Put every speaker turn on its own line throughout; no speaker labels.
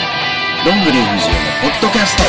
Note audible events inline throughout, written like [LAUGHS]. どんぐり藤枝のポッドキャスト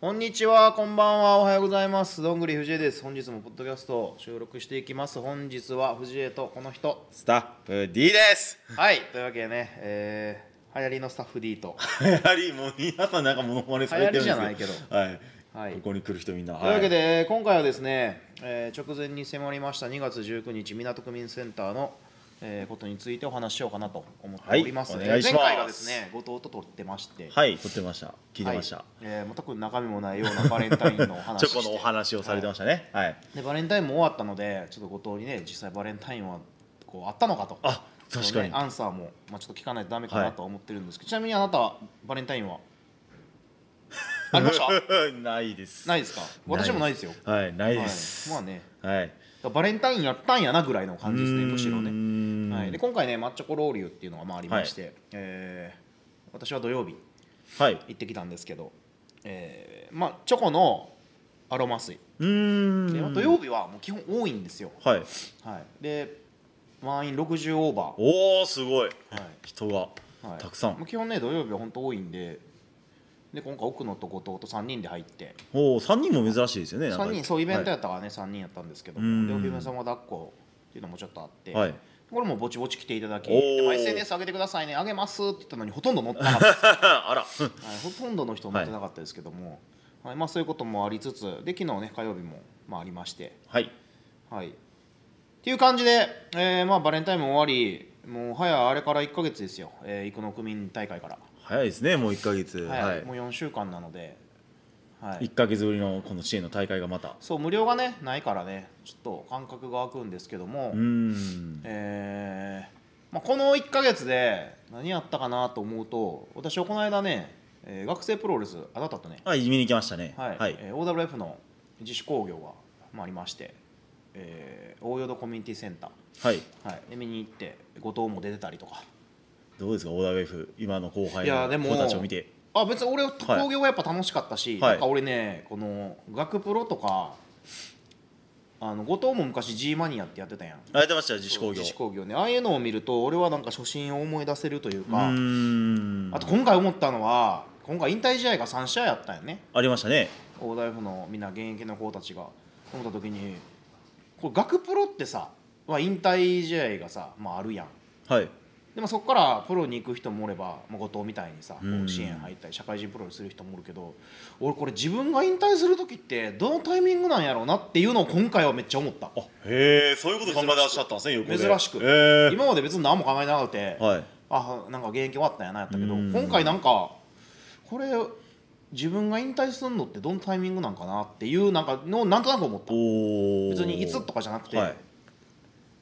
こんにちは、こんばんは、おはようございます。どんぐり藤江です。本日もポッドキャストを収録していきます。本日は藤江とこの人。
スタッフ D です
はい、というわけでね、えー、流行りのスタッフ
[LAUGHS]
D と。
流行りもう皆さんなんか物まねされてるんです
流行りじゃないけ
はい、
はい
ここに来る人みんな
というわけで、えー今回はですね、えー直前に迫りました2月19日港区民センターの、えーことについてお話ししようかなと思っております、
はいお願いします
前回がですね後藤と撮ってまして、
はい、はい、撮ってました聞いてました、
はいえー全く中身もないようなバレンタインのお話
チ
で
ョコのお話をされてましたねはい、
でバレンタインも終わったのでちょっと後藤にね実際バレンタインはこうあったのかと
あ確か
ちょっと
に
ねアンサーも、まあ、ちょっと聞かないとダメかなとは思ってるんですけど、ちなみにあなたはバレンタインはありました
ないです
ないですか私もないですよ
はいないで
はい
す、
まあね
はい
だからバレンタインやったんやなぐらいの感じですね
うーん
むしろね、はい、で今回ね抹茶コローリュっていうのがまあありまして、えー私は土曜日
はい
行ってきたんですけど、えーまあ、チョコのアロマ水
うーん
で土曜日はもう基本多いんですよ、
はい
はい、で満員60オーバー
おおすごい、
はい
人が
はい
たくさん、
まあ基本ね土曜日は本当多いんでで今回奥野と後藤と3人で入って
おお三人も珍しいですよねなんか
3人そうイベントや
は
ったからね、三3人やったんですけど
う
も
ん
でお姫様抱っこっていうのもちょっとあって、
い、はい、
これもぼちぼち来ていただき
おー
でまあ SNS 上げてくださいね上げますって言ったのにほとんど乗って
[LAUGHS]
なかったです、
あら
はい、ほとんどの人乗ってなかったですけども、はいまあ、そういうこともありつつで昨日ね火曜日も、まあ、ありまして
はい
はいっていう感じで、えーまあ、バレンタインも終わりもう早あれから1か月ですよ、えー、生野区民大会から。
早いですねもう一ヶ月
はい
はい、
もう4週間なので、はい
一、ヶ月ぶりのこの支援の大会がまた
そう無料がねないからねちょっと感覚が空くんですけども、
うーん
えーまあ、この1か月で何やったかなと思うと私はこの間ね、えー学生プロレスあなたとね、
はい見に行きましたね
はいえー OWF の自主興行が、まあ、ありまして、えー大淀コミュニティセンタ
はい
ー、はい、で見に行って後藤も出てたりとか
どうですかオーダーウェフ今の後輩
いやで
の
も
子たちを見て
あ別に俺は工業はやっぱ楽しかったし、
はい
なんか俺ねこの学プロとかあの後藤も昔 G マニアってやってたやん
あやってました自主工業
自主
う
工業ねああいうのを見ると俺はなんか初心を思い出せるというか、
ーん
あと今回思ったのは今回引退試合が3試合あったんよね
ありましたね
大台府のみんな現役の子たちが思った時にこれ学プロってさ、まあ、引退試合がさ、まあ、あるやん
はい
でもそこからプロに行く人もおれば、まあ、後藤みたいにさこ
う
うん支援入ったり社会人プロにする人もおるけど俺これ自分が引退する時ってどのタイミングなんやろうなっていうのを今回はめっちゃ思った
へえそういうこと
考えてらっしゃった
んですね
で珍しく
へ
今まで別に何も考えなくて、
えはい
あなんか現役終わったんやなやったけど
うん
今回なんかこれ自分が引退するのってどのタイミングなんかなっていうなんかのなんとなく思った
おお
別にいつとかじゃなくて、
はい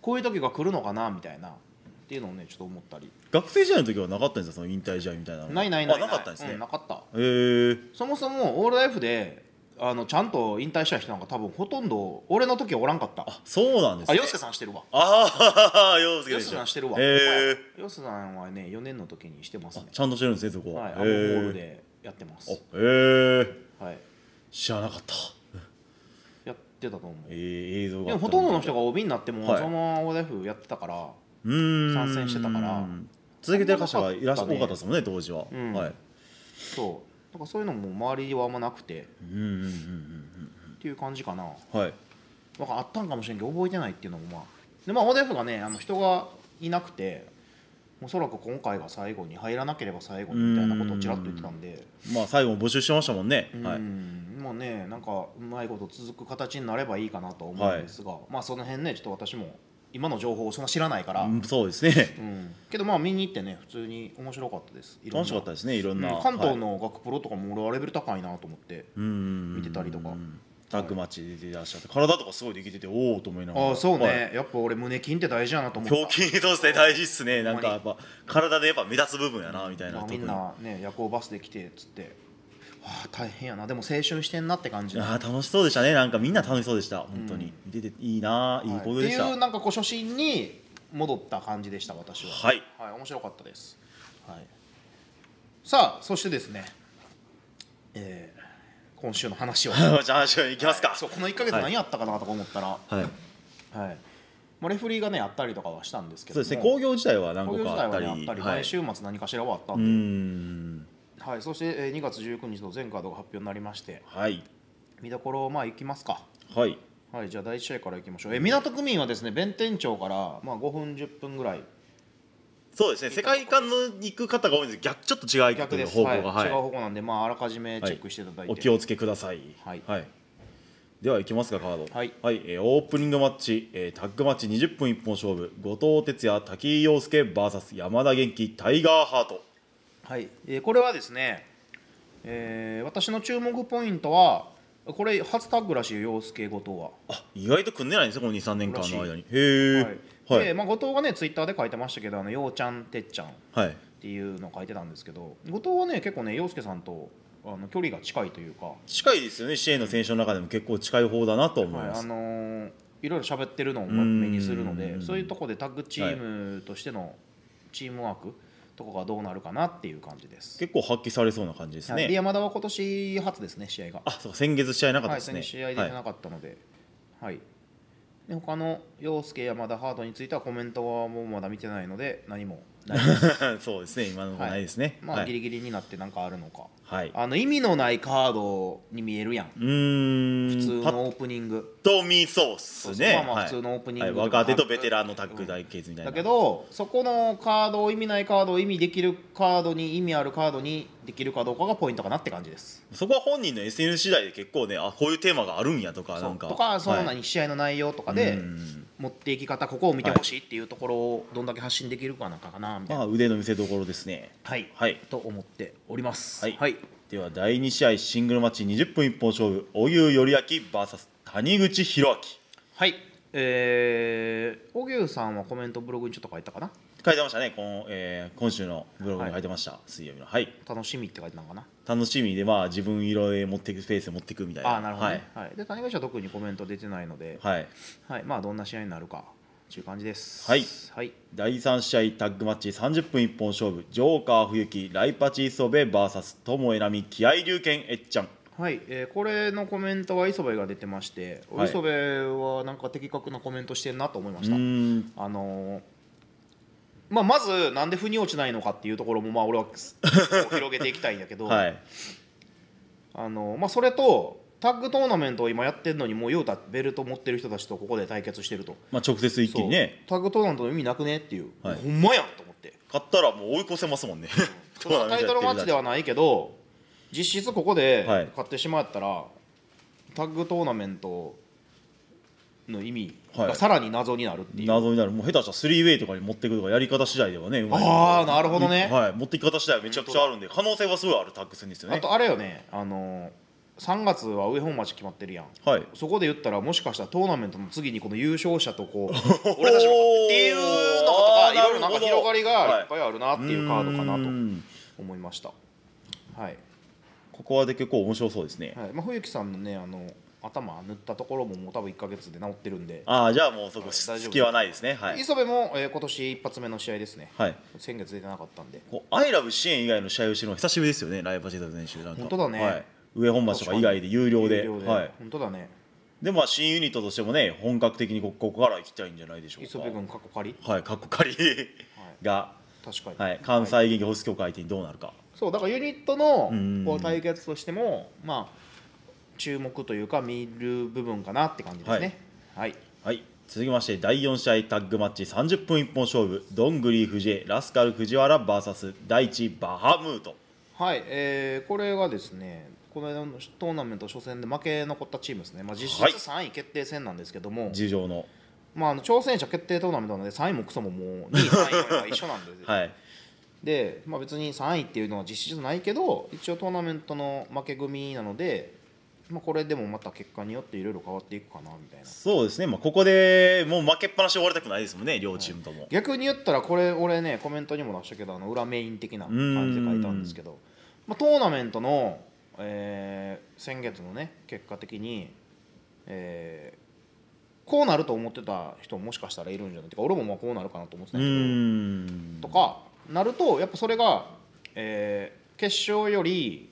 こういう時が来るのかなみたいなっていうのをねちょっと思ったり
学生時代の時はなかったんですかその引退試合みたいなの
ないないない
あなかったんです
う
ね
なかった
へえ
そもそもオールライフであのちゃんと引退した人なんか多分ほとんど俺の時はおらんかったあ
そうなんですね
洋介さんしてるわ
あ [LAUGHS] あ洋介
洋
でし
介
ょ
さんしてるわ
へえ
洋介さんはね4年の時にしてますね
ちゃんとしてるんですねそこ
はい、あのホ
へえ
ールでやってます
あへえ
はい
知らなかった
やってたと思う
えー映像が
で
あ
も
ったみたい
ほとんどの人が OB になっても、
はい
そのままオールライフやってたから
うーん
参戦してたから
続けてる方がいらっしゃ
あん
多か
まなかったね
ったですもんね当時は、
うん
はい
そうだからそういうのも周りはあんまなくて
うんうんうんうん
っていう感じかな
うんはい
なんかあったんかもしれんけど覚えてないっていうのもまあでまあオーデフがねあの人がいなくておそらく今回が最後に入らなければ最後にみたいなことをちらっと言ってたんで
まあ最後も募集してましたもんね、
う
はい
んもうねなんかうまいこと続く形になればいいかなとは思うんですが、まあその辺ねちょっと私も今の情報をそんな知らないから、う
うんんそうですね [LAUGHS]
けどまあ見に行ってね普通に面白かったですいろん
楽
な
しかったですねいろんな、
うん関東
はい
の学プロとかも俺はレベル高いなと思って、
うんうんうん
見てたりとか
タッグマッチで出てらっしゃって体とかすごいできてておおと思いながら
ああそうね、
はい
やっぱ俺胸筋って大事やなと思った
胸筋として大事っすねなんかやっぱ体でやっぱ目立つ部分やなみたいな
まあ
特
み
に
んなね夜行バスで来てっつって、はあ、大変やなでも青春してんなって感じの
あー楽しそうでしたねなんかみんな楽しそうでした本当に、見てていいな
はい
いい
って
行動で
い
した、
うなんかこう初心に戻った感じでした私は
はい、
はい、面白かったです、はい、さあそしてですね、えー今週の
[LAUGHS]
話を
じゃあ話をいきますか、
そうこの1か月何やったかなとか思ったら、
はい
はいまあ、レフェリーがねあったりとかはしたんですけ
そ
ど
う
も
ですね工業時代は何
工
個
業
か
時
あっ
代
た
は
り
ねあったり、
はい
毎週末何かしらはあった
うー
んで、
ん
はい、そしてえー2月19日の全カードが発表になりまして
はい
見どころまあ行きますか
はい
はいじゃあ第1試合から行きましょうえ港区民はですね弁天町から、まあ、5分10分ぐらい
そうですね世界観の行く方が多いんです逆ちょっと違う
逆です
方向が
はい、違う
は
方向なんで、まあ、あらかじめ
い
チェックしていただいて、
お気をつけください
はい
ではいきますかカード
はい
えーオープニングマッチ、えータッグマッチ20分一本勝負後藤哲也滝井陽介 VS 山田元気タイガーハート
はいえーこれはですね、えー私の注目ポイントはこれ初タッグらしいよ陽介後藤は、
あ意外と組んでないんですねこの23年間
らしい
の間にへえ
はい
は
で
い
まあ、後藤がねツイッターで書いてましたけどあの陽ちゃんてっちゃんっ
はい
ていうのを書いてたんですけど後藤はね結構ね陽介さんとあの距離が近いというか、
近いですよね支援の選手の中でも結構近い方だなと思い
はい
ま
あ
す、
のーいろいろ喋ってるのを目にするの
う
で
ん
そういうとこでタッグチームとしてのチームワークとかがどうなるかなっていう感じです。
結構発揮されそうな感じです
はいで
ね
山田は今年初ですね試合が。
あそうか先月試合なかった
は
で
い、
すね、
先試合でなかったので、はいで他の陽介、山田、ハードについてはコメントはもうまだ見てないので、何もないです、
はい [LAUGHS] そうですね今のところないですね
まあ
はい
ギリギリになってなんかあるのか、
はい、
あの意味のないカードに見えるやん、
うーん
普通
パッ
のオープニング。
と見そうっすね
まあまあ
はい
普通のオープニング
はい
とか
若手とベテランのタッグ対決みたいな
だけど、そこのカードを意味ないカードを意味できるカードに、意味あるカードにできるかどうかがポイントかなって感じです。
そこは本人の SNS 次第で結構ねあこういうテーマがあるんやとかなんか
とか、その
はい
何、試合の内容とかで
うん
持っていき方、ここを見てほしいっていうところをどんだけ発信できるかなんかかなみたいな
ま。あ腕の見せ所ですね
はい、
はい
と思っております。
はいでは第2試合シングルマッチ20分一本勝負荻生頼明 VS 谷口博明
はい、えー、荻生さんはコメントブログにちょっと書いたかな。
書いてましたねこの、えー今週のブログに書いてました、水曜日のはい
楽しみって書いてたのかな。
楽しみでまあ自分色へ持っていくスペースへ持っていくみたいな
ああ、なるほど、ね。はい、で、谷口は特にコメント出てないので、
はい、はい、
はい、まあ、どんな試合になるか。という感じです。
はい
はい、
第3試合タッグマッチ30分一本勝負ジョーカー冬木ライパチ磯部 VS 友枝奈美気合龍拳えっちゃん
はいえーこれのコメントは磯部が出てまして、
はい
磯部はなんか的確なコメントしてんなと思いま
う
した。
ーん
あのーまあ、まずなんで腑に落ちないのかっていうところもまあ俺はこう広げていきたいんやけ
[LAUGHS]
ど、
はい
あのまあ、それとタッグトーナメントを今やってるのにもう言うたらベルト持ってる人たちとここで対決してると
まあ直接一気にね
そうタッグトーナメントの意味なくねっていう、
はい
ほんまやんと思って
勝ったらもう追い越せますもん
[LAUGHS]
ねトーナメ
タ
ン
イトルマ
やっ
ッ
て
チ
る
ではないけど実質ここで
はい
勝ってしまったら、タッグトーナメントの意味
は
が
い
さらに謎になるっていう、
謎になるもう下手したらスリーウェイとかに持っていくとかやり方次第ではねうまい
ああなるほどね、
はい、持っていき方次第はめちゃくちゃあるんで可能性はすごいあるタッグ戦ですよ
あ
ね
とあれよねあの3月は上本町決まってるやん
はい
そこで言ったらもしかしたらトーナメントの次にこの優勝者
[LAUGHS]
とこう俺たちもっていうのと
あ
か
ー
いろいろ
な
なんか
るほ
広
ど
がりがいっぱいあるなっていうカードかな
うー
と
ん
思いました、はい
ここはで結構面白そうですね、
はいまあ、冬木さんのねあの頭塗ったところももう多分1か月で治ってるんで
ああじゃあもうそこ
はい大丈夫
隙はないですねはい、
磯部も、えー今年一発目の試合ですね、
はい、
先月出てなかったんで
こうアイラブ支援以外の試合をしてるの久しぶりですよねライバチェタ選手なんか
本当だね
はい、上本町とか以外で有料ではい、
本当だね
でまあ新ユニットとしてもね本格的にこここから行きたいんじゃないでしょうか
磯部君過去借り
はいかっこかりが、
確かに、
はい、関西劇ホス協会相手にどうなるか
そうだからユニットの
うん
こう対決としてもまあ注目というか見る部分かなって感じですねはい、
はい続きまして第4試合タッグマッチ30分一本勝負どんぐり藤江ラスカル藤原 VS 大地バハムート
はいえーこれがですねこの間のトーナメント初戦で負け残ったチームですね、まあ、実質
はい
3位決定戦なんですけども、
事情の、
まあ、あの挑戦者決定トーナメントなので3位もクソももう2位3位は一緒なんで
はい
で、まあ、別に3位っていうのは実質ないけど一応トーナメントの負け組なので、まあ、これでもまた結果によっていろいろ変わっていくかなみたいな
そうですね、まあ、ここでもう負けっぱなしで終わりたくないですもんね両チームとも、
逆に言ったらこれ俺ねコメントにも出したけどあの裏メイン的な感じで書いたんですけど、まあ、トーナメントの、えー先月のね結果的に、えーこうなると思ってた人ももしかしたらいるんじゃないてか俺もまあこうなるかなと思ってた
うん
だけど
ーん
とかなるとやっぱそれが、えー決勝より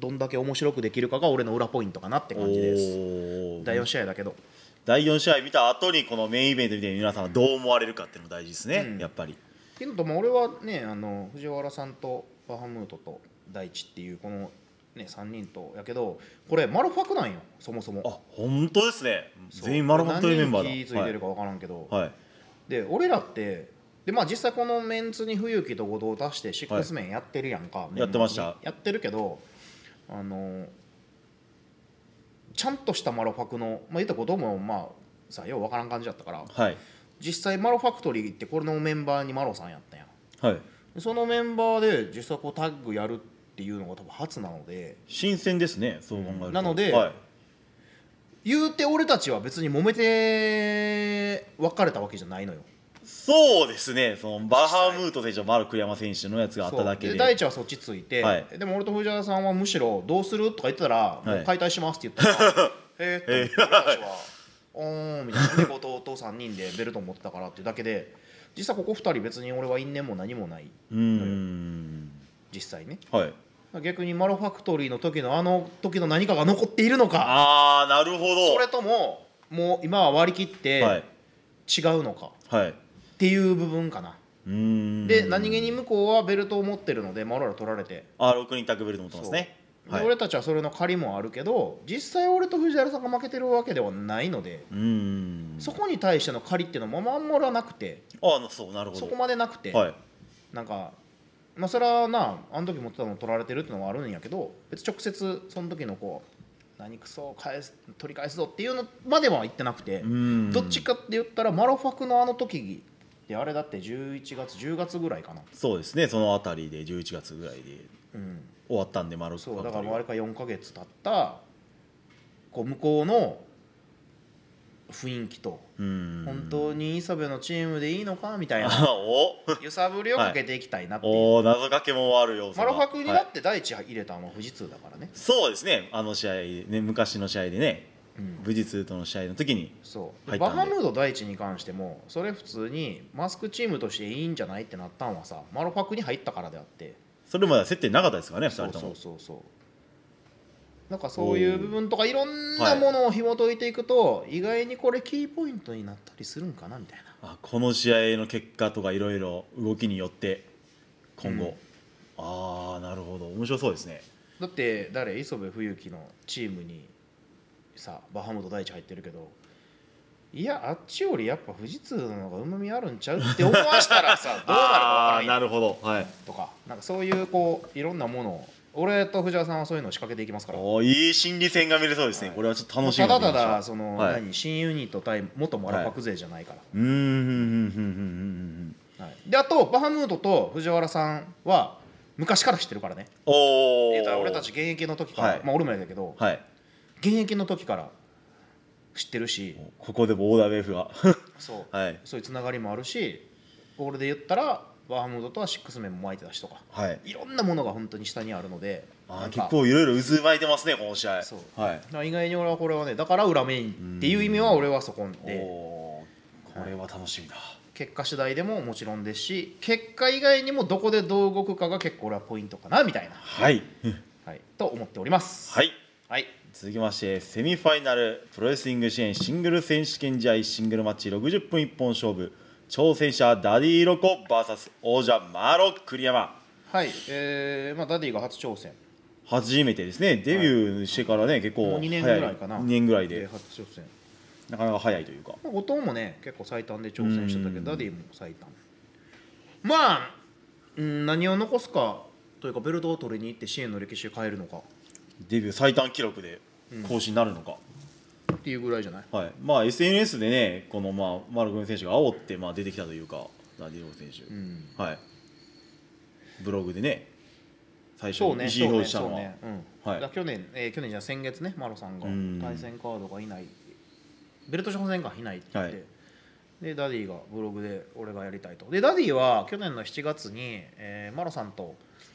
どんだけ面白くできるかが俺の裏ポイントかなって感じです
おー
第4試合だけど
第4試合見た後にこのメインイベント見て皆さんはどう思われるかっていうのも大事ですね、
うん
やっぱり
っていうのともう俺はねあの藤原さんとバハムートと大地っていうこの、ね、3人とやけどこれマルファクなんよそもそも
あ本当ですね
そう
全員マラファントリーメンバーだ
何人気付いてるか分からんけど、
はい、はい
で俺らってでまあ実際このメンツに冬木と後藤足してシックスメンやってるやんか、
やってました
やってるけどあのちゃんとしたマロファクのまあ言ったら後藤もまあさよう分からん感じだったから
はい
実際マロファクトリーってこれのメンバーにマロさんやったやん
はい、
でそのメンバーで実際こうタッグやるっていうのが多分初なので
新鮮ですねそう考えると、
なので
はい、
言うて俺たちは別に揉めて別れたわけじゃないのよ
そうですねそのバハムート選手とマルク山選手のやつがあっただけ
そう
で
大地はそっちついて、
はい
でも俺と藤原さんはむしろ「どうする?」とか言ってたら「
い
もう解体します」って言ったら
[LAUGHS]
「えーっと」俺たちは「おーん」みたいな「猫とと3人でベルト持ってたから」っていうだけで実際ここ2人別に俺は因縁も何もないう
ーん
実際ね
はい
逆にマロファクトリーの時のあの時の何かが残っているのか
ああなるほど
それとももう今は割り切って
はい
違うのか
はい
っていう部分かな、
うーん
で何気に向こうはベルトを持ってるのでまあ俺ら取られて
あ6人タッグベルト持ってますね
で
はい
俺たちはそれの借りもあるけど実際俺と藤原さんが負けてるわけではないので
うーん
そこに対しての借りっていうのも守らなくて
ああそうなるほど
そこまでなくて、
はい
なんかまあそれはなあの時持ってたの取られてるっていうのはあるんやけど別に直接その時のこう何クソ返す取り返すぞっていうのまでは言ってなくて
うーん
どっちかって言ったらマロファクのあの時であれだって11月10月ぐらいかな、
そうですねそのあたりで11月ぐらいで
うん、
終わったんでマルク
そう
ファ
だ
ク
か
トリー
らもうあれから4ヶ月経ったこう向こうの雰囲気と
うーん
本当に磯部のチームでいいのか
[LAUGHS]
みたいな
あお
揺さぶりをかけていきたいなっていう、
おー謎かけもあるよ
マロファクに
は
だ
い
って第一入れたのは富士通だからね、
そうですねあの試合ね昔の試合でね
うん
武術との試合の時に
そう
入
で
ったん
バ
で
ハムード第一に関してもそれ普通にマスクチームとしていいんじゃないってなったんはさマロファクに入ったからであって
それまでは接点なかったですからね2
そう
人と
そ
も
うそうそうなんかそういう部分とかいろんな
はい
ものを紐解いていくと、意外にこれキーポイントになったりするんかなみたいな
あこの試合の結果とかいろいろ動きによって今後、ああなるほど面白そうですね
だって誰磯部冬樹のチームにさバハムト大地入ってるけどいやあっちよりやっぱ富士通の方がうまみあるんちゃうって思わしたら [LAUGHS] さどうなるかわから
あー
んや
なんるほどはい
とかなんかそういうこういろんなものを俺と藤原さんはそういうのを仕掛けていきますから
おーいい心理戦が見れそうですね、
はい
これはちょっと楽しみ
た
になっ
だ
てきま
た
した
だその、
はい、
何新ユニット対元マラパク勢じゃないから、
うーんふんふんふんふんふん
はい、であとバハムートと藤原さんは昔から知ってるからね
ふんお
言うたら
お
俺たち現役の時から、
はい
まあ俺もやだけど、
はい
現役の時から知ってるし
ここでもオーダーウェーフが [LAUGHS]
そう、
はい
そういうつながりもあるし俺で言ったらバハムードとはシックスメンも巻いてたしとか
はい
いろんなものが本当に下にあるので
あ
な
ー
んか
結構いろいろ渦巻いてますねこの試合
そう
はい
だから意外に俺はこれはねだから裏メインっていう意味は俺はそこ
お
で
おーこれは楽しみだ、
結果次第でももちろんですし結果以外にもどこでどう動くかが結構俺はポイントかなみたいな、
はい
はい、と思っております。
はい
はい
続きましてセミファイナルプロレスリング支援シングル選手権試合シングルマッチ60分一本勝負挑戦者ダディ・ロコ VS 王者マロ栗山
はい、えーまあ、ダディが初挑戦、
初めてですねデビューしてからね、結構
もう2年ぐらいかな、
早2年ぐらい
えー
で
初挑戦、
なかなか早いというか
まあ、後藤もね、結構最短で挑戦してたけ
うん
ど、ダディも最短。まあ、うん、何を残すかというか、ベルトを取りに行って支援の歴史を変えるのか
デビュー最短記録で更新になるのか、
っていうぐらいじゃない、
はいまあ SNS でねこの、まあ、マルコン選手が煽って、まあ、出てきたというかダディ・ロコ選手、
うん、
はいブログでね最初
そう
に
ね、
意思
そう
表
ね、
示した
そう
のは、
ね、うん
はい
だから去年、えー去年じゃない先月ね、マロさんが
うん
対戦カードがいない、ベルト挑戦がいないって言って、
はい
でダディがブログで俺がやりたいと。で、ダディは去年の7月に、えーマロさんと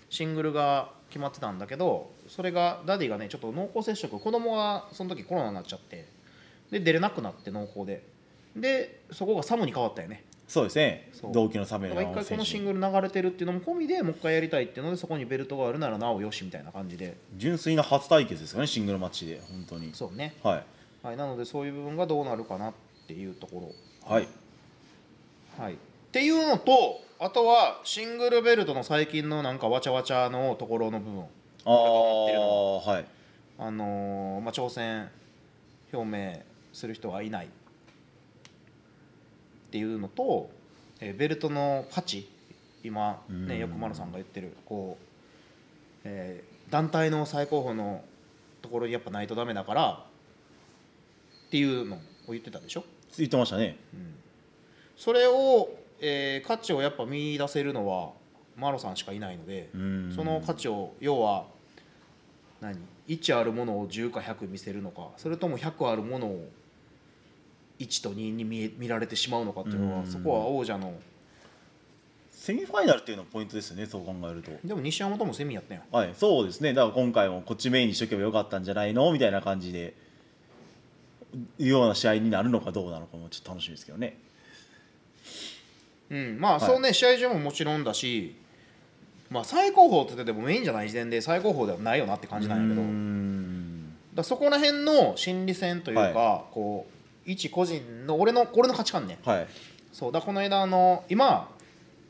シングルが決まってたんだけど、それがダディがね、ちょっと濃厚接触、子供がその時コロナになっちゃって、で、出れなくなって、濃厚で。で、そこがサムに変わったよね。
そうですね
そう
同期のサメ
だ
ル
から一回このシングル流れてるっていうのも込みでもう一回やりたいっていうのでそこにベルトがあるならなおよしみたいな感じで
純粋な初対決ですよねシングルマッチで本当に
そうね
はい
はい、なのでそういう部分がどうなるかなっていうとこ
はい
ろ、はい、っていうのとあとはシングルベルトの最近のなんかわちゃわちゃのところの部分
ああはい
あのーまあ、挑戦表明する人はいないっていうのと、えーベルトの価値今、
う
ね、
ん
よく丸さんが言ってるこう、えー団体の最高峰のところにやっぱないとダメだからっていうのを言ってたでしょ
言ってましたね
それを、えー価値をやっぱ見出せるのはマロさんしかいないので、
うん
その価値を要は何1あるものを10か100見せるのかそれとも100あるものを1と2に見え見られてしまうのかっていうのは、
うん
そこは王者の
セミファイナルっていうのがポイントですよねそう考えると
でも西山ともセミやったよ
はいそうですねだから今回もこっちメインにしとけばよかったんじゃないのみたいな感じでいうような試合になるのかどうなのかもちょっと楽しみですけどね
うんまあ、
はい
そうね試合中ももちろんだし、まあ、最高峰って言っててもメインじゃない時点で最高峰ではないよなって感じなんやけど、
うーん
だからそこら辺の心理戦というか、
は
こう一個人の俺の俺の価値観ね
はい
そうだからこの間あの今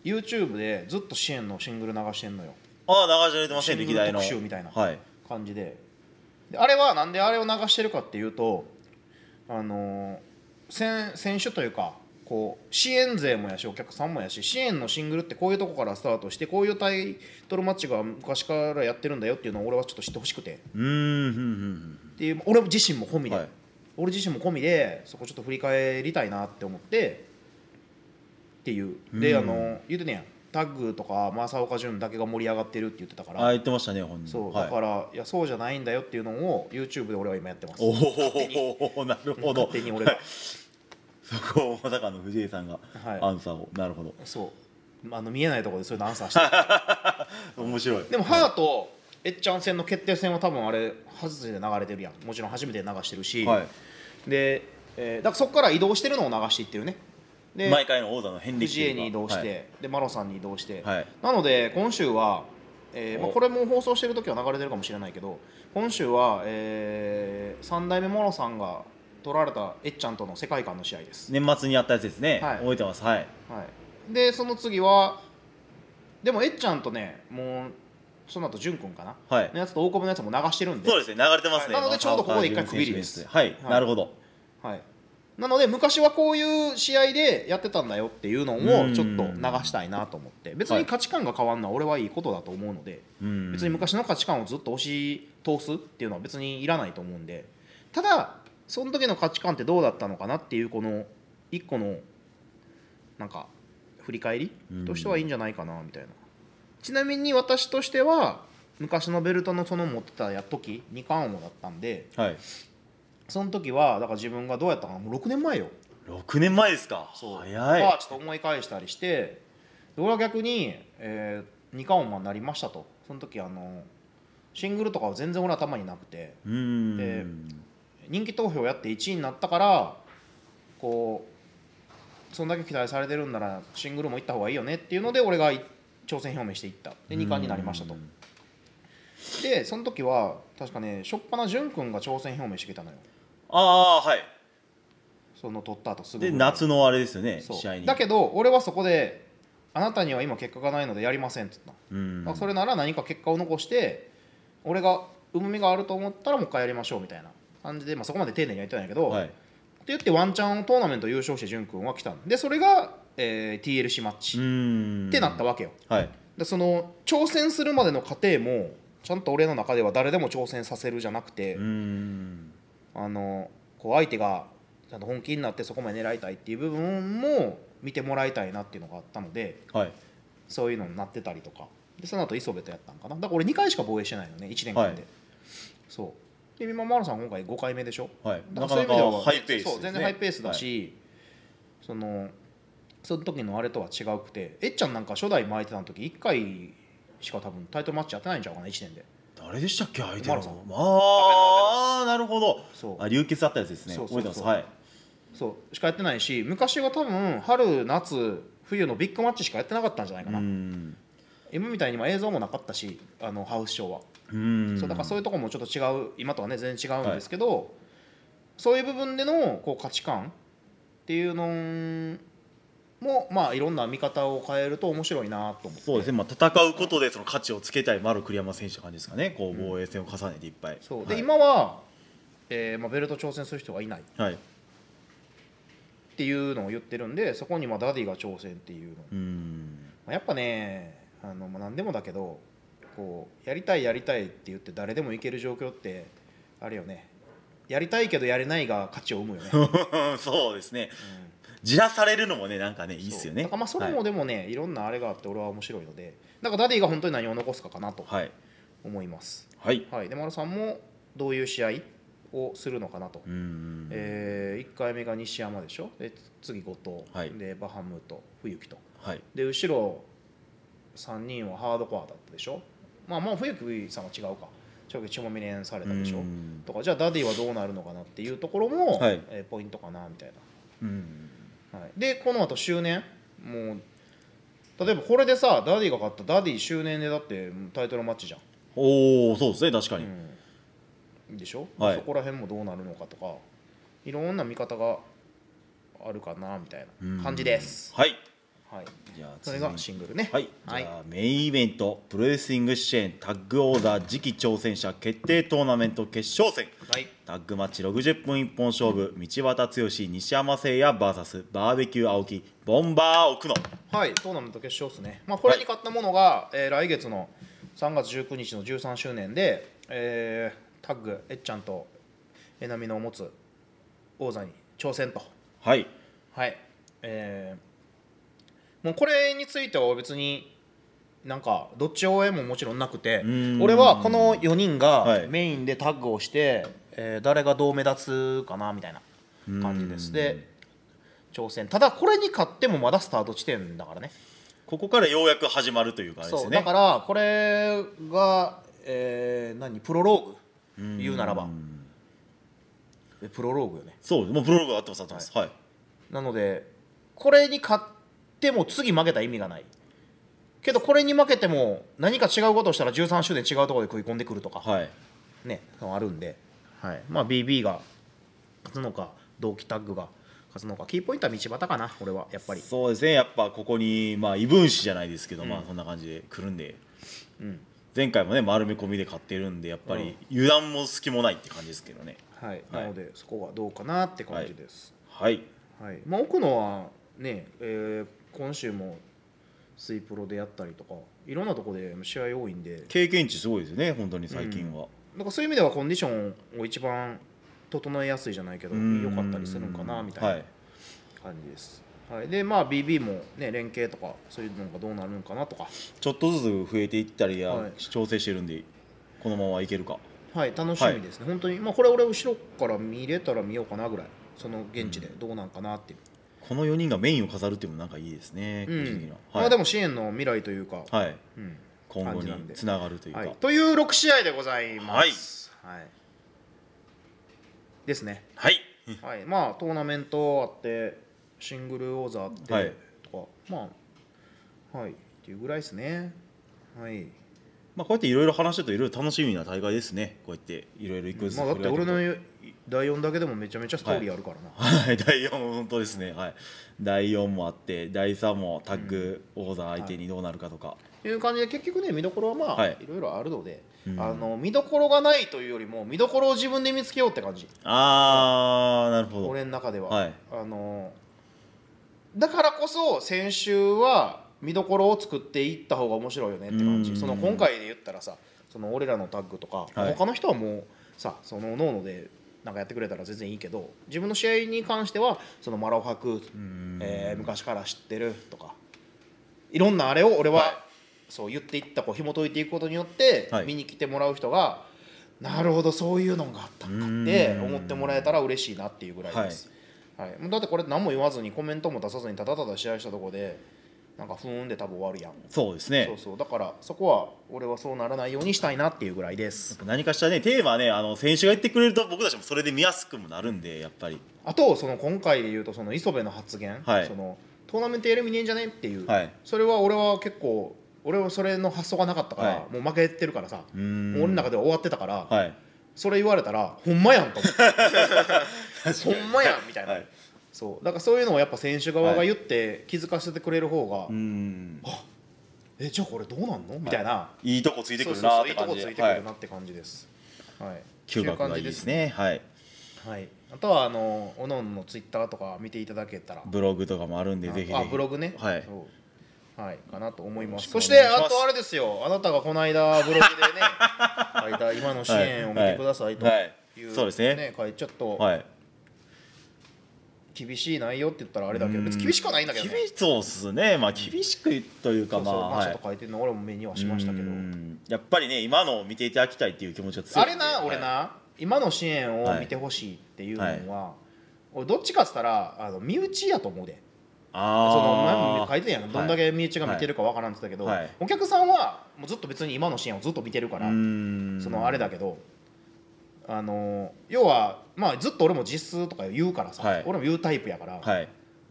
YouTube でずっと支援のシングル流してんのよ
ああ長られてません歴代の
シングル特集みたいな
はい
感じでであれはなんであれを流してるかっていうとあの選選手というかこう支援勢もやしお客さんもやし支援のシングルってこういうとこからスタートしてこういうタイトルマッチが昔からやってるんだよっていうのを俺はちょっと知ってほしくて
うーんふんふんふん
っていう俺自身も込みで、
はい
俺自身も込みでそこちょっと振り返りたいなって思ってっていうで、
うん
あの言うてねやんタッグとか正岡潤だけが盛り上がってるって言ってたから、
ああ言ってましたね本人
そう
はい
だから、い、やそうじゃないんだよっていうのを YouTube で俺は今やってます
おおなるほど
勝手に俺が
[LAUGHS] はいそこをまさかの藤井さんが
はい
アンサーを、なるほど
そうあの見えないところでそういうのアンサーしてる
面白い
でもハーとえっちゃん戦の決定戦は多分あれ初で流れてるやんもちろん初めて流してるし、
はい
で、えーだからそこから移動してるのを流していってるねで
毎回の王座の遍歴と
藤
い
江
うか
に移動して、
はい
でマロさんに移動して、
はい
なので今週は、えーまあ、
お
これも放送してる時は流れてるかもしれないけど今週は、え3代目マロさんが取られたえっちゃんとの世界観の試合です、
年末にやったやつですね、
はい
覚えてますはい
はい、でその次はでもえっちゃんとねもうその後じゅんくんかな、
はい
のやつと大久保のやつも流してるんで
そうですね流れてますね、
はいなのでちょうどここで一回区切りです
はい、
はい
なるほど
はい、なので昔はこういう試合でやってたんだよっていうの
うん
をちょっと流したいなと思って別
はい
に価値観が変わるのは俺はいいことだと思うので
うん
別に昔の価値観をずっと押し通すっていうのは別にいらないと思うんでただその時の価値観ってどうだったのかなっていうこの一個のなんか振り返り
うん
としてはいいんじゃないかなみたいなちなみに私としては昔のベルトのその持ってたや時二冠王だったんで
はい
その時はだから自分がどうやったかなもう6年前よ
6年前ですか早い
まあちょっと思い返したりしてで俺は逆に、えー、2冠王になりましたとその時あのシングルとかは全然俺頭になくて
うーん
で人気投票やって1位になったからこうそんだけ期待されてるんならシングルも行った方がいいよねっていうので俺がい挑戦表明していったで2冠になりましたと
うん
でその時は確かねしょっぱな潤君が挑戦表明してきたのよ
ああはい
その取った後すぐ
で夏のあれですよね
そう
試合に
だけど俺はそこであなたには今結果がないのでやりませんって言ったの
うん
まあそれなら何か結果を残して俺がうまみがあると思ったらもう一回やりましょうみたいな感じで、まあ、そこまで丁寧にやりたいんやけど、
は
っ
い
て言ってワンチャントーナメント優勝して潤君は来たんでそれが、えー TLC マッチ
う
っ
ん
てなったわけよ
はい
でその挑戦するまでの過程もちゃんと俺の中では誰でも挑戦させるじゃなくて、
うん
あのこう相手がちゃんと本気になってそこまで狙いたいっていう部分も見てもらいたいなっていうのがあったので
はい
そういうのになってたりとかでその後磯部とやったんかなだから俺2回しか防衛してないのね1年間で、
はい
そうで今マロさん今回5回目でしょ
はい
だ
な
か
からな
そういう意味では
かハイペースですね
そう全然ハイペースだし、そのその時のあれとは違うくてえっちゃんなんか初代巻いてたの時1回しか多分タイトルマッチやってないんちゃうかな1年で
誰でしたっけ相手
マロ
の
さん
ああなるほど
そう
あ流血あったやつですね
そう
覚
そう
えて
そ
ま
う
すはい
そうしかやってないし昔は多分春夏冬のビッグマッチしかやってなかったんじゃないか
う
な、
ん
今みたいにまあ映像もなかったしあのハウスショーは、
うん
そうだからそういうとこもちょっと違う今とはね全然違うんですけど、そういう部分でのこう価値観っていうのもまあいろんな見方を変えると面白いなと思って
そうですね、まあ、戦うことでその価値をつけたい丸栗山選手って感じですかねこう防衛戦を重ねていっぱい、
そうで、
はい、
今は、えーまあ、ベルト挑戦する人がいないっ
はい
ていうのを言ってるんでそこにまあダディが挑戦っていうの、ま
うん [LAUGHS]
あ、やっぱねあの、まあ、何でもだけどこうやりたいやりたいって言って誰でもいける状況ってあれよねやりたいけどやれないが価値を生むよね、うん
そうですねじらされるのもねなんかねいいっすよね
だからまあそれもでもね、い、ろんなあれがあって俺は面白いのでだからダディが本当に何を残すかかなと
はい
思います、
はい、はい、
はい、で丸さんもどういう試合をするのかなと、
うん
え1回目が西山でしょで次後藤、
はい
でバハムと冬木と
はい
で後ろ3人はハードコアだったでしょまあまあ冬木さんは違うかちょっと血もみれんされたでし
う
ょ
ん
とかじゃあダディはどうなるのかなっていうところも、
はい
えーポイントかなみたい
うん
な、はい、でこのあと周年もう例えばこれでさダディが勝ったダディ周年でだってもうタイトルマッチじゃん
おおそうですね確かに、
うんでしょ、
はい
そこら辺もどうなるのかとかいろんな見方があるかなみたいな感じです、
はい
はい、
じゃあ続
それ
いて
がシングルね
はい、じゃあメインイベントプロレスリング支援タッグオーダー次期挑戦者決定トーナメント決勝戦
はい
タッグマッチ60分一本勝負道端剛西山誠也 VS バーベキュー青木ボンバー奥野
はいトーナメント決勝ですね、まあ、これに勝ったものが、えー来月の3月19日の13周年で、えータッグえっちゃんとえなみの持つ王座に挑戦と
はい
はいえーもうこれについては別になんかどっち応援ももちろんなくて
ん
俺はこの4人
は
が
い
メインでタッグをして、えー誰がどう目立つかなみたいな感じですで挑戦ただこれに勝ってもまだスタート地点だからね
ここからようやく始まるという感じで
そ
す
うだ
ね
からこれが、えー何プロローグ言うならばえプロローグよね
そうもうプロローグがあってますあってますはい、
なのでこれに勝っても次負けたら意味がないけどこれに負けても何か違うことをしたら13周年違うところで食い込んでくるとか、
はい
ねあるんで、はいまあ、BB が勝つのか同期タッグが勝つのかキーポイントは道端かな俺はやっぱり
そうですねやっぱここにまあ異分子じゃないですけど、まあそんな感じで来るんで、前回もね丸め込みで買ってるんでやっぱり油断も隙もないって感じですけどね
はい、
はい
なのでそこはどうかなって感じです、
はい
はいまあ、奥野はね、えー今週もスイプロでやったりとかいろんなとこで試合多いんで
経験値すごいですよね本当に最近は、
なんかそういう意味ではコンディションを一番整えやすいじゃないけど
うん
良かったりするのかなみた
はい
な感じです。はい、でまあ BB も、ね、連携とかそういうのがどうなるのかなとか、
ちょっとずつ増えていったりや、
はい
調整してるんでこのままいけるか
はい、楽しみですね、本当に、まあ、これ俺後ろから見れたら見ようかなぐらいその現地でどうなんかなっていう、
この4人がメインを飾るっていうのもなんかいいですね、
うん
個人的には
ま
は
あ、
い、
でも支援の未来というか、
はい、
うん
今後
感じな
に
んで
つながるというか、
はい、という6試合でございます。はいですね。
はい
はい、まあトーナメントあってシングル王座あって、
はい
とかまあはいっていうぐらいですねはい
まあ、こうやっていろいろ話してるといろいろ楽しみな大会ですねこうやっていろいろ一個ずつ
まあだって
触
俺の
れ合
第4だけでもめちゃめちゃストーリーあるからな、
ってい [LAUGHS] くとはい第4本当ですねはい第4もあって第3もタッグ王座相手にどうなるかとか、
という感じで結局ね見どころはまあ、
はい
い、ろいろあるので、
うん
あの見どころがないというよりも見どころを自分で見つけようって感じ
ああなるほど
俺の中では、
はい
あのだからこそ先週は見どころを作っていった方が面白いよねって感
う
じ
ん
その今回で言ったらさその俺らのタッグとか、
はい
他の人はもうさそのノーノでなんかやってくれたら全然いいけど自分の試合に関してはそのマラオハク、えー昔から知ってるとかいろんなあれを俺は、
はい
そう言っていったこう紐解いていくことによって、
はい
見に来てもらう人がなるほどそういうのがあったんかって
うん
思ってもらえたら嬉しいなっていうぐらいです、はいもうだってこれ何も言わずにコメントも出さずにただただ試合したとこでなんかふーんで多分終わるやん、
そうですね
そうそうだからそこは俺はそうならないようにしたいなっていうぐらいです
何かしらねテーマはねあの選手が言ってくれると僕たちもそれで見やすくもなるんでやっぱり
あとその今回で言うとその磯部の発言、
はい
そのトーナメントやる見ねえんじゃねっていう、
はい
それは俺は結構俺はそれの発想がなかったから、
は
もう負けてるからさ
ーん
もう俺の中では終わってたから、
はい [LAUGHS]
それ言われたらほんまやんと思ってほんまやみたいな、
はい
そうだからそういうのをやっぱ選手側が言って気づかせてくれる方が、
うん
えじゃあこれどうなんのみたいな、
いいとこついて
そ
く
う
る
そう
な
そ
っ
う
て
いいと
感
こ
じ
つ
で
いてくるなって感じです、はい
嗅覚がいいですねはい
はい、あとはあのおのおののツイッターとか見ていただけたら
ブログとかもあるんで
あ
ぜひぜ
あ
ひ
ブログね
はい
そうはいかなと思います
よろ
そ
し
し
くお願
て
いします
あとあれですよあなたがこの間ブログでね [LAUGHS] 書いた今の支援を見てくださいと
はいはい
いう、
そうですね
書いちょっと
はい
厳しい内容って言ったらあれだけど別に厳しくはないんだけどね
厳しそうっすねまあ厳しくというか
そうそう
まあ
まあ
は
ちょ
い
っと書いてるの俺も目にはしましたけど
うんやっぱりね今のを見ていただきたいっていう気持ちが強
あ
い
れな俺な今の支援を見てほしいっていうのは俺どっちかっつったらあの身内やと思うでその前
あ
も書いてたやん、どんだけ身内が見てるかわからんって言ったけど、
はいはい
お客さんはもうずっと別に今のシーンをずっと見てるから、
そ
そのあれだけどあの要は、まあ、ずっと俺も実数とか言うからさ、
はい
俺も言うタイプやから、
はい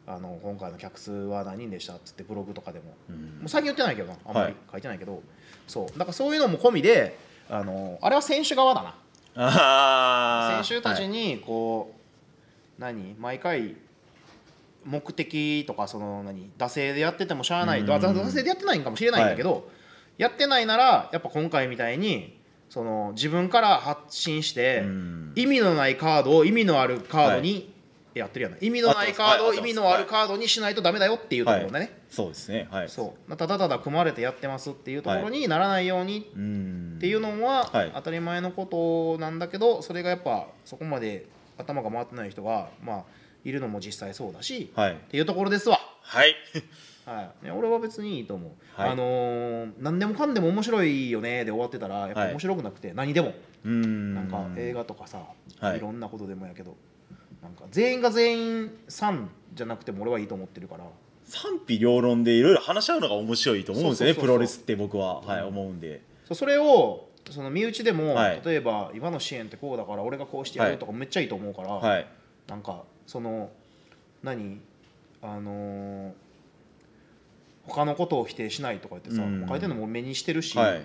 あの今回の客数は何人でしたっつってブログとかでも,、
うん
もう最近言ってないけどなあんま
は
り
い
書いてないけど、そうだからそういうのも込みであのあれは選手側だな
あー
選手た
は
ち
い
にこう、何毎回目的とかその何惰性でやっててもしゃあない
うん
だ惰性でやってないんかもしれないんだけど、やってないならやっぱ今回みたいにその自分から発信して
うん
意味のないカードを意味のあるカードにやってるやない意味のないカード
合っ
を
て
意
ます
味のあるカードにしないとダメだよっていうところだね、
そうですねはい
そうただただ組まれてやってますっていうところにならないように
うん
っていうのは
はい
当たり前のことなんだけど、それがやっぱそこまで頭が回ってない人が、まあ、いるのも実際そうだし、
はい
っていうところですわ、
はい
はいね、俺は別にいいと思う、
はい
あのー何でもかんでも面白いよねで終わってたらやっぱ
はい
面白くなくて、何でも
うん
なんか映画とかさ、
はい
い、ろんなことでもやけどなんか全員が全員さんじゃなくても俺はいいと思ってるから
賛否両論でいろいろ話し合うのが面白いと思うんですよね
そう
プ
そうそうそう
ロレスって僕ははい思うんで
そうそれをその身内でも、
はい
例えば今の支援ってこうだから俺がこうしてやるとかめっちゃいいと思うから。
はい
なんかその何あのー他のことを否定しないとか言ってさ、
うん
書いてるのも目にしてるし、
はい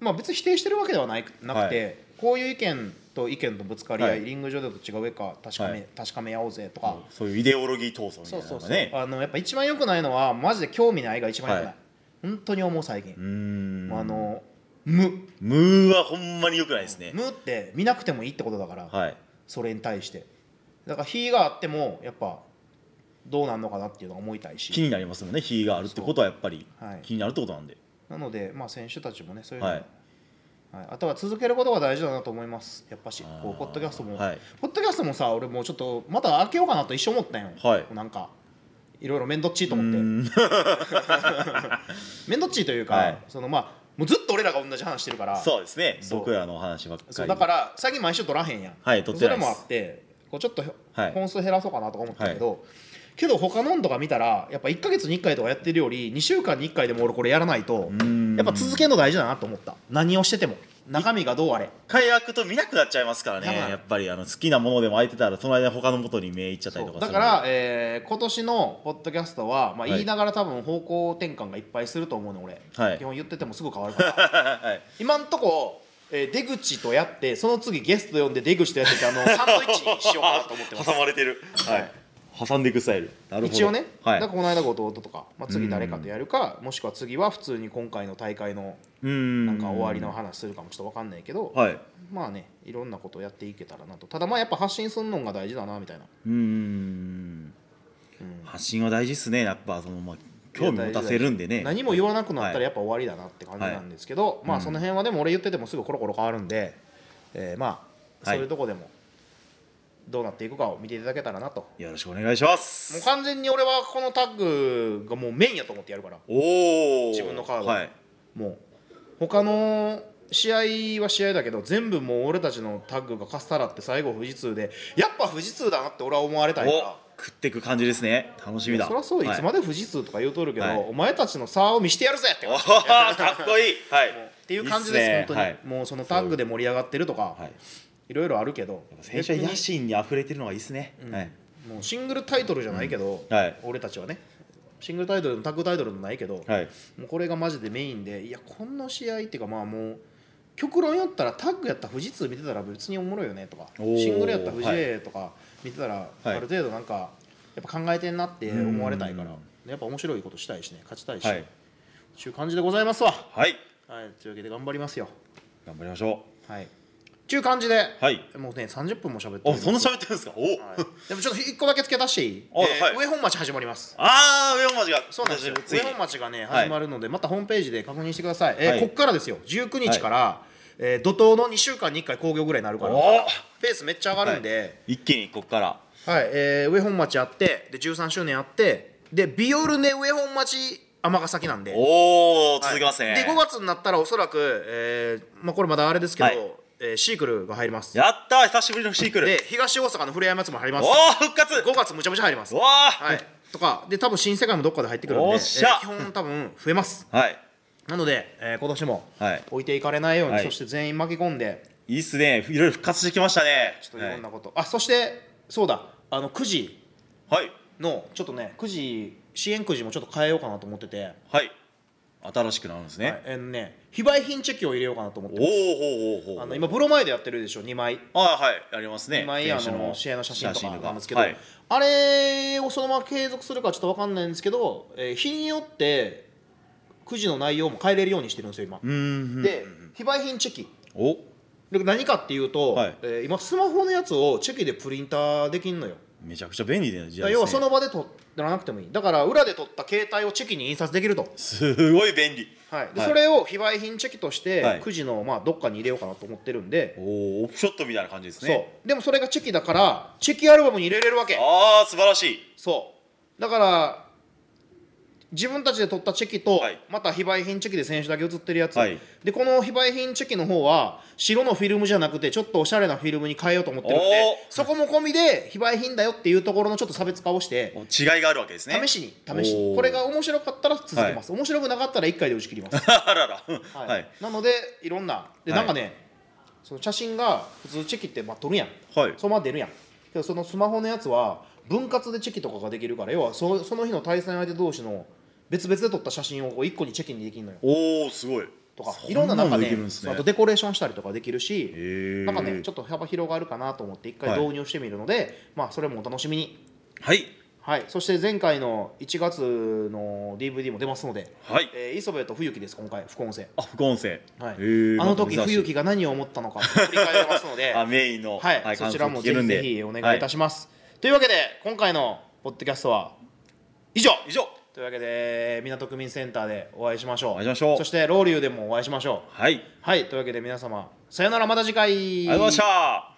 まあ別に否定してるわけではないなくて、
は
こういう意見と意見とぶつかり合い、
はい
リング上でと違う上か確かめ、
はい
確かめ合おうぜとか、
そういうイデオロギー闘争みた
そ
いうな
そ
の
うそ
が
う、
ね
あのやっぱ一番良くないのはマジで興味ないが一番良くない、
はい
本当に思う最近、
うん
あの無
ムーはほんまに良くないですね
無って見なくてもいいってことだから、
はい
それに対してだから非があってもやっぱどうなんのかなっていうのは思いたい
気
し
になりますもんね火があるってことはやっぱり
はい
気になるってことなんで
なので、まあ、選手たちもねそういうの、
は
はいいあとは続けることが大事だなと思いますやっぱし
あー
こうポッドキャストも、
はい
ポッドキャストもさ俺もうちょっとまた開けようかなと一瞬思ったんよ、
はい
なんかいろいろ [LAUGHS] 面倒っちいと思
う
って
ん
面倒っちいというか、
はい
そのまあもうずっと俺らが同じ話してるから
そうですね
そう
僕らの話ばっかり
そうだから最近毎週撮らへんやん、
はい撮ってないで
それ
す
もあってこうちょっと
はい
本数減らそうかなとか思ったけど、けど他のんとか見たらやっぱ1か月に1回とかやってるより2週間に1回でも俺これやらないと
ん
やっぱ続けるの大事だなと思った何をしてても中身がどうあれ
解約と見なくなっちゃいますからね
だから
やっぱりあの好きなものでも空いてたらその間他のことに目いっちゃったりとかす
だ
る
から、えー今年のポッドキャストは、まあ、
い
言いながら多分方向転換がいっぱいすると思うの俺、
はい
基本言っててもすぐ変わるから [LAUGHS]
[LAUGHS] はい
今んとこ、えー出口とやってその次ゲスト呼んで出口とやっててあのサンドイッチにしようかなと思ってます
挟まれてるはい挟んでいくスタイルなるほど
一応ね、
はい
だからこの間後藤とか、まあ、次誰かとやるか、もしくは次は普通に今回の大会の
うん
なんか終わりの話するかもちょっと分かんないけど、
はい
まあねいろんなことをやっていけたらなとただまあやっぱ発信するのが大事だなみたいな
うん発信は大事っすねやっぱそのまあ興味持たせるんでね
何も言わなくなった
はい
らやっぱ終わりだなって感じなんですけど、まあその辺はでも俺言っててもすぐコロコロ変わるんで、えーまあ
は
そ
いう
いうとこでもどうなっていくかを見ていただけたらなと、
よろしくお願いしま
もう
す
完全に俺はこのタッグがもうメインやと思ってやるから
おお
自分のカード
はい
もう他の試合は試合だけど全部もう俺たちのタッグがかっさらって最後富士通でやっぱ富士通だなって俺は思われたいから
お食ってく感じですね楽しみだ
そりゃそうい
は
つまで富士通とか言うとるけど、
はい
お前たちの差を見してやるぜって
お
感じ
ーかっこいいはいっ
っていう感じです本当に、もうそのタッグで盛り上がってるとか、
はい
い、ろいろあるけど
選手は野心に溢れてるのがいいですねはい
逆にもうシングルタイトルじゃないけど、
うんはい
俺たちはねシングルタイトルもタッグタイトルもないけど、
はい
もうこれがマジでメインでいやこの試合っていうかまあもう極論やったらタッグやったら富士通見てたら別におもろいよねとか
おー
シングルやったら富士 A とか見てたら
い
ある程度なんかやっぱ考えてんなって思われたいから
うん
やっぱ面白いことしたいしね勝ちたいし、
はい
ちゅう感じでございますわ
はい
はいというわけで頑張りますよ
頑張りましょ
はいちゅう感じで、
うはい
もうね30分も喋って
おそんな
は
喋
い
ってるんですかお、
でもちょっと一個だけ付け足していい、
あはい
上本町始まります
ああ上本町が
そうなんですよ
つい
上
に
本町がね
はい
始まるので、またホームページで確認してください、えー
はい
こっからですよ19日から、えー怒涛の2週間に1回興行ぐらいになるから
お
ペースめっちゃ上がるんで、
一気にここから
はいえー上本町やってで13周年やってでビオルネ上本町尼崎なんで
おお
はい
続きますね、
で5月になったらおそらく、えーまあ、これまだあれですけど、
はい
えーシークルが入ります
やったー久しぶりのシークル
で東大阪の古山やつも入ります
おお復活
5月むちゃむちゃ入ります
わ
は
あ
いとかで多分新世界もどっかで入ってくるんで、
おっしゃ
えー基本多分増えます
はい
なので、えー今年も
はい
置いていかれないように、
はい
そして全員巻き込んで
いいっすねいろいろ復活してきましたね
ちょっといろんなこと、あそしてそうだあの9時
はい
のちょっとね9時支援9時もちょっと変えようかなと思ってて、はい
はい、はい、新しくなるんですね、
えーね非売品チェキを入れようかなと思って
おおほうほうほうほう
あの今ブロマイドやってるでしょ2枚
あーはいやりますね
2枚あ
選手
の試合の写真とかなんですけど、
はい、
あれをそのまま継続するかちょっと分かんないんですけど、えー日によって9時の内容も変えれるようにしてるんですよ今、
うーん
で非売品チェキ
お
で何かっていうと、
はい
えー今スマホのやつをチェキでプリンターできんのよ
めちゃくちゃ便利な時代です、ね、
要はその場で撮らなくてもいいだから裏で撮った携帯をチェキに印刷できると、
すごい便利
はいで
はい
それを非売品チェキとして、
はい
9時の、まあ、どっかに入れようかなと思ってるんで、
おおオフショットみたいな感じですね
そうでもそれがチェキだからチェキアルバムに入れれるわけ
ああ素晴らしい
そうだから自分たちで取ったチェキと、
はい
また非売品チェキで選手だけ写ってるやつ、
はい
でこの非売品チェキの方は白のフィルムじゃなくてちょっとおしゃれなフィルムに変えようと思ってるんで
おー
そこも込みで非売品だよっていうところのちょっと差別化をして
お違いがあるわけですね
試しに試し
お
に
ー
これが面白かったら続けます、面白くなかったら1回で打ち切ります、
あららは、
はいい
はい
なのでいろんなで
はい
なんかね、その写真が普通チェキってまあ撮るやん
はい
そのまま出るやんけどそのスマホのやつは分割でチェキとかができるから要はそその日の対戦相手同士の別々で撮った写真をこう1個にチェキにできるのよ
おおすごい
とか
そ
いろんな中
の
で
できるんです
そう
ね
あとデコレーションしたりとかできるし、
へー
なんかねちょっと幅広がるかなと思って1
はい
回導入してみるので、まあそれもお楽しみに
はい
はいそして前回の1月の DVD も出ますので、
はい
えー磯部と冬木です今回副音声
あ副音声、
はい、
へえ
あの時
また珍しい
冬木が何を思ったのか振り返りますので
[LAUGHS] あメインの、
はい、そちらもぜひぜひお願いいた
し
します、というわけで今回のポッドキャストは以上
ます、はい以上
というわけで港区民センターでお会いしましょう
お会いしましょう
そしてロウリュウでもお会いしましょう
はいあり
はいというわけで皆様さよならまた次回
がとうございました、